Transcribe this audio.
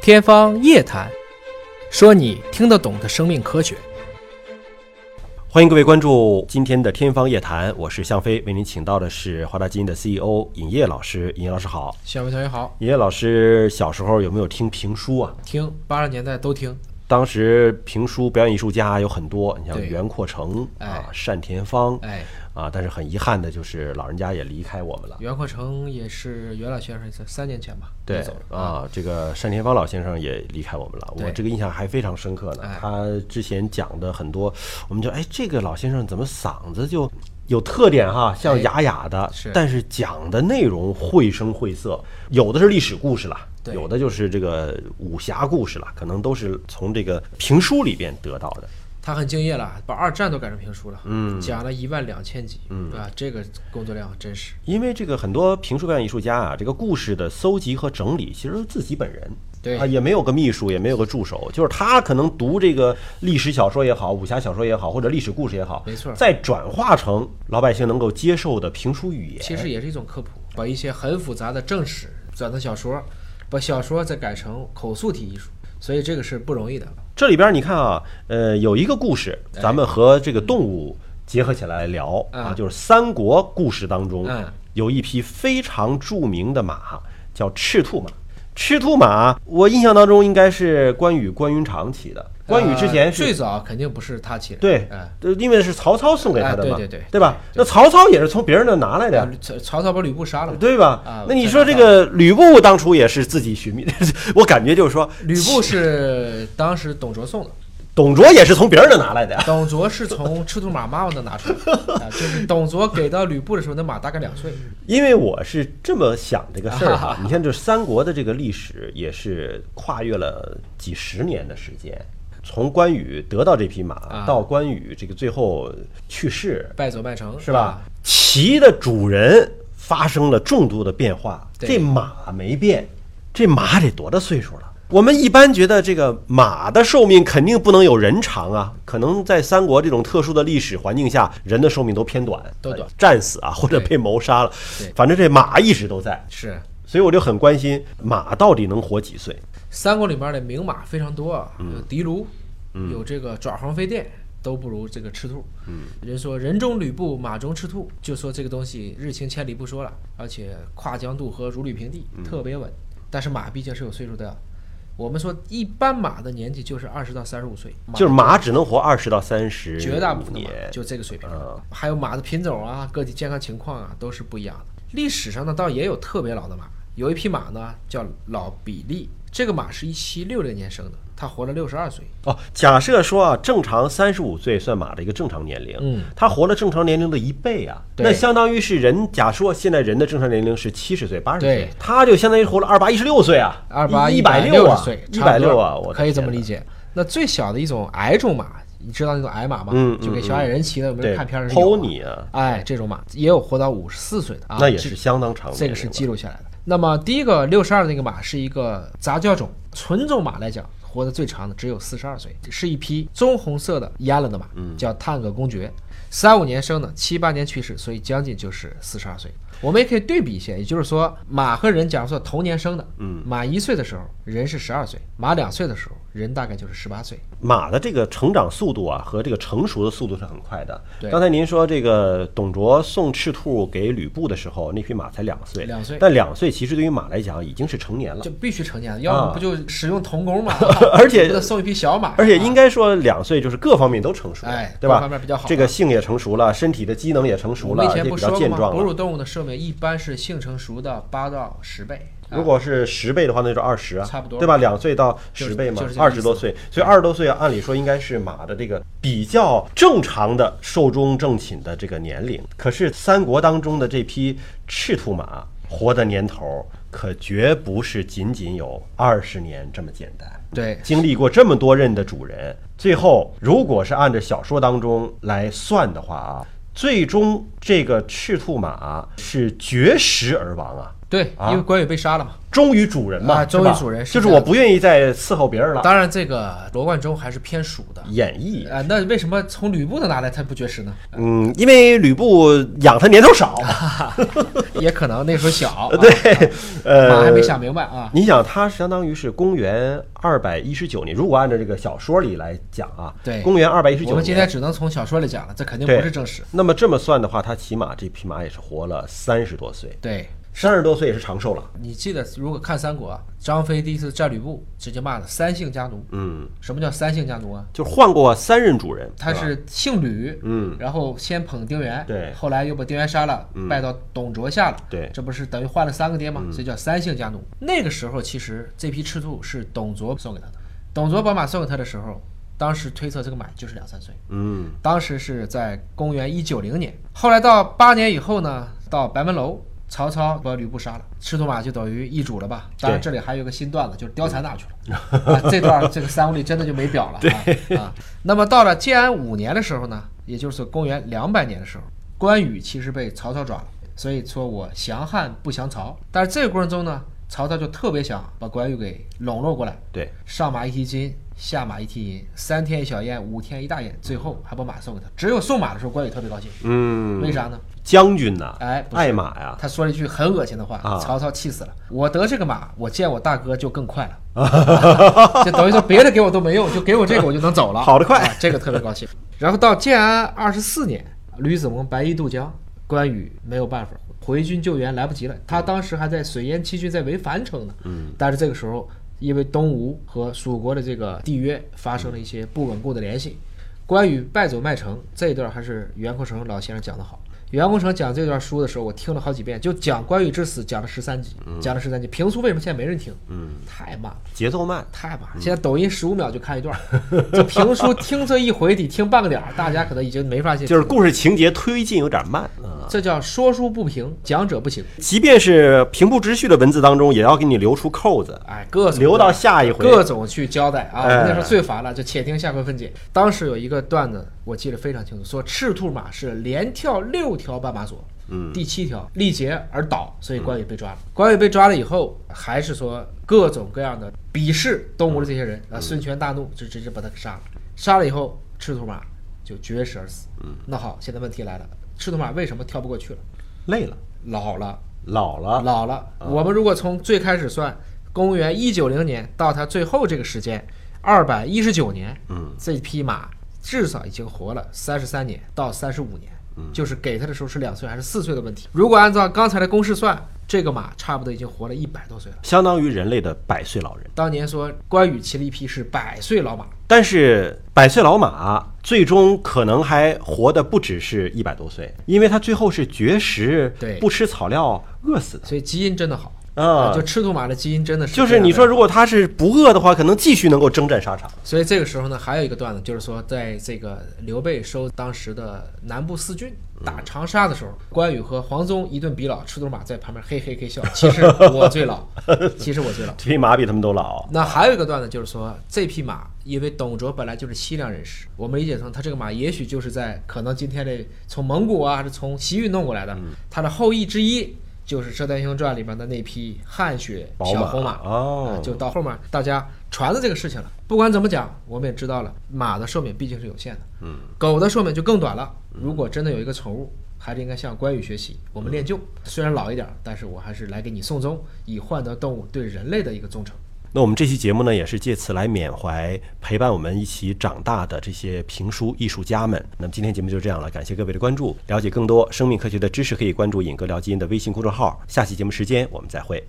天方夜谭，说你听得懂的生命科学。欢迎各位关注今天的《天方夜谭》，我是向飞，为您请到的是华大基因的 CEO 尹烨老师。尹烨老师好，小薇同学好，尹烨老师小时候有没有听评书啊？听八十年代都听，当时评书表演艺术家有很多，你像对袁阔成哎啊、单田芳哎，啊，但是很遗憾的就是老人家也离开我们了。袁阔成也是袁老先生在三年前吧，对走了。啊，这个单田芳老先生也离开我们了，我对这个印象还非常深刻呢哎。他之前讲的很多，我们就哎，这个老先生怎么嗓子就有特点哈，像哎哑哑的，是但是讲的内容绘声绘色，有的是历史故事了。对有的就是这个武侠故事了，可能都是从这个评书里边得到的。他很敬业了，把二战都改成评书了，嗯讲了一万两千集，嗯啊，这个工作量真是因为这个很多评书表演艺术家啊，这个故事的搜集和整理其实都是自己本人，对啊，也没有个秘书，也没有个助手，就是他可能读这个历史小说也好，武侠小说也好，或者历史故事也好，没错再转化成老百姓能够接受的评书语言。其实也是一种科普，把一些很复杂的正史转成小说，把小说再改成口述体艺术，所以这个是不容易的。这里边你看啊，呃，有一个故事，咱们和这个动物结合起来聊、哎嗯啊，就是三国故事当中、嗯有一匹非常著名的马，叫赤兔马。赤兔马，我印象当中应该是关羽关云长骑的。关羽之前呃是、最早肯定不是他起的，对哎，呃因为是曹操送给他的嘛，哎对对对吧？那曹操也是从别人那拿来的呀。曹曹操把吕布杀了嘛，对吧？啊那你才说拿这到个吕布当初也是自己寻觅， 我感觉就是说，吕布是当时董卓送的，董卓也是从别人那拿来的呀。董卓是从赤兔马妈妈那拿出来的，啊，就是董卓给到吕布的时候，那马大概两岁。因为我是这么想这个事儿啊哈，你看这三国的这个历史也是跨越了几十年的时间，从关羽得到这匹马啊到关羽这个最后去世，败啊走麦城是吧？？骑的主人发生了重度的变化，对这马没变，这马得多大岁数了？我们一般觉得这个马的寿命肯定不能有人长啊，可能在三国这种特殊的历史环境下，人的寿命都偏短，都短呃战死啊，或者被谋杀了对，反正这马一直都在，是所以我就很关心马到底能活几岁。三国里面的名马非常多，啊，嗯有狄卢，有这个爪黄飞电，都不如这个赤兔。嗯，人说人中吕布，马中赤兔，就说这个东西日行千里不说了，而且跨江渡河如履平地，嗯特别稳。但是马毕竟是有岁数的，啊我们说一般马的年纪就是二十到三十五岁，马就是马只能活二十到三十，绝大部分的年马就这个水平，嗯还有马的品种啊、个体健康情况啊都是不一样的。历史上呢，倒也有特别老的马，有一匹马呢叫老比利，这个马是一七六零年生的，它活了六十二岁。哦，假设说啊，正常三十五岁算马的一个正常年龄，嗯，他活了正常年龄的一倍啊，对那相当于是人，假说现在人的正常年龄是七十岁、八十岁对，他就相当于活了二八一十六岁啊，二八一百六十啊，岁，一百六啊，差不多我的可以这么天理哪。解。那最小的一种矮种马，你知道那种矮马吗？嗯嗯就给小矮人骑的，有没对有看片儿是有啊，pony 啊，哎，这种马也有活到五十四岁的啊，那也这是相当长的这年龄个了，是记录下来的。那么第一个六十二那个马是一个杂交种，纯种马来讲，活得最长的只有四十二岁，是一匹棕红色的阉了的马，嗯叫探戈公爵，三五年生的，七八年去世，所以将近就是四十二岁。我们也可以对比一下，也就是说，马和人假如说同年生的，嗯，马一岁的时候人是十二岁，马两岁的时候人大概就是十八岁，马的这个成长速度啊，和这个成熟的速度是很快的。对刚才您说这个董卓送赤兔给吕布的时候，那匹马才两岁，两岁但两岁其实对于马来讲已经是成年了就。必须成年了，要嗯啊不不就使用童工嘛， 而且不得送一匹小马，而且啊应该说两岁就是各方面都成熟了，哎对吧？各方面比较好这个性也成熟了，身体的机能也成熟我了，们以而且前比不说较过健吗？壮哺了。乳动物的寿命一般是性成熟的八到十倍，啊如果是十倍的话，那就二十啊，差不多对吧？两岁到就十是倍嘛就是，这个二意十思多岁，所以二十多岁啊，按理说应该是马的这个比较正常的寿终正寝的这个年龄。可是三国当中的这匹赤兔马活的年头，可绝不是仅仅有二十年这么简单。对经历过这么多任的主人，最后如果是按照小说当中来算的话啊，最终这个赤兔马是绝食而亡啊。对，啊因为关羽被杀了嘛。忠于主人嘛，啊是忠于吧主人是就是这样我不愿意再伺候别人了。当然，这个罗贯中还是偏蜀的。演绎，啊、那为什么从吕布那拿来他不绝 食呢？嗯，因为吕布养他年头 少，也可能那时候小，对啊、，马呃，还没想明白啊。你想，他相当于是公元二百一十九年，如果按照这个小说里来讲啊，对公元二百一十我九们今年，天只能从小说里讲了，这肯定对不是正史。那么这么算的话，他起码这匹马也是活了三十多岁，对，三十多岁也是长寿了。你记得，如果看三国啊，张飞第一次战吕布，直接骂了三姓家奴。嗯，什么叫三姓家奴啊？就换过三任主人，他吧是姓吕，嗯，然后先捧丁原，对嗯后来又把丁原杀了，拜到董卓下了，对嗯这不是等于换了三个爹吗？所以叫三姓家奴。那个时候其实这匹赤兔是董卓送给他的，董卓把马送给他的时候，当时推测这个马就是两三岁，嗯，当时是在公元一九零年，后来到八年以后呢，到白门楼。曹操把吕布杀了，赤兔马就等于易主了吧？当然，对这里还有一个新段子，就是貂蝉哪去了？啊、这段这个三国里真的就没表了啊啊。那么到了建安五年的时候呢，也就是公元两百年的时候，关羽其实被曹操抓了，所以说我降汉不降曹。但是这个过程中呢，曹操就特别想把关羽给笼络过来，对，上马一提金，下马一提银，三天一小宴，五天一大宴，最后还把马送给他。只有送马的时候，关羽特别高兴，嗯，为啥呢？将军呐、哎不是爱马呀、他说了一句很恶心的话，啊曹操气死了。我得这个马，我见我大哥就更快了， 就等于说别的给我都没用，就给我这个我就能走了，跑得快啊这个特别高兴。然后到建安二十四年，吕子蒙白衣渡江，关羽没有办法。回军救援来不及了，他当时还在水淹七军在围樊城呢。嗯，但是这个时候，因为东吴和蜀国的这个缔约发生了一些不稳固的联系，关羽败走麦城这一段还是袁阔成老先生讲得好。袁阔成讲这段书的时候，我听了好几遍，就讲关羽之死讲了十三集，讲了十三集。评书为什么现在没人听？嗯，太慢了。节奏慢，太慢了！现在抖音十五秒就看一段儿，这评书听这一回得听半个点儿，大家可能已经没法去。就是故事情节推进有点慢啊。这叫说书不平，讲者不行。即便是平铺直叙的文字当中，也要给你留出扣子，哎，各种留到下一回。各种去交代啊！我们那时哎候最烦了，就且听下回分解。当时有一个段子，我记得非常清楚，说赤兔马是连跳六条绊马索，嗯，第七条力竭而倒，所以关羽被抓了。关羽被抓了以后，还是说各种各样的鄙视东吴的这些人啊！孙权大怒，就直接把他给杀了。杀了以后，赤兔马就绝食而死。嗯，那好，现在问题来了，赤兔马为什么跳不过去了？累了，老了。老了，老了。啊我们如果从最开始算，公元一九零年到它最后这个时间，二百一十九年，嗯，这匹马至少已经活了三十三年到三十五年，嗯，就是给它的时候是两岁还是四岁的问题。如果按照刚才的公式算，这个马差不多已经活了一百多岁了。相当于人类的百岁老人。当年说关羽骑了一匹是百岁老马，但是百岁老马最终可能还活的不只是一百多岁，因为他最后是绝食，对不吃草料饿死的。所以基因真的好啊就赤兔马的基因真的是就非是常你的说，如果他是不饿的话，可能继续能够征战沙场。所以这个时候呢，还有一个段子，就是说，在这个刘备收当时的南部四郡打长沙的时候，关羽和黄忠一顿比老，赤兔马在旁边嘿嘿嘿笑。其实我最老， 其实我最老。这匹马比他们都老，那还有一个段子就是说，这匹马因为董卓本来就是西凉人士，我们理解成他这个马也许就是在可能今天的从蒙古啊，还是从西域弄过来的，他的后裔之一。就是《射雕英雄传》里面的那匹汗血宝小马红马啊哦就到后面大家传了这个事情了。不管怎么讲，我们也知道了，马的寿命毕竟是有限的，嗯，狗的寿命就更短了。如果真的有一个宠物，还是应该向关羽学习，我们练就。虽然老一点儿，但是我还是来给你送终，以换得动物对人类的一个忠诚。那我们这期节目呢，也是借此来缅怀陪伴我们一起长大的这些评书艺术家们。那么今天节目就这样了，感谢各位的关注。了解更多生命科学的知识，可以关注“尹哥聊基因”的微信公众号。下期节目时间我们再会。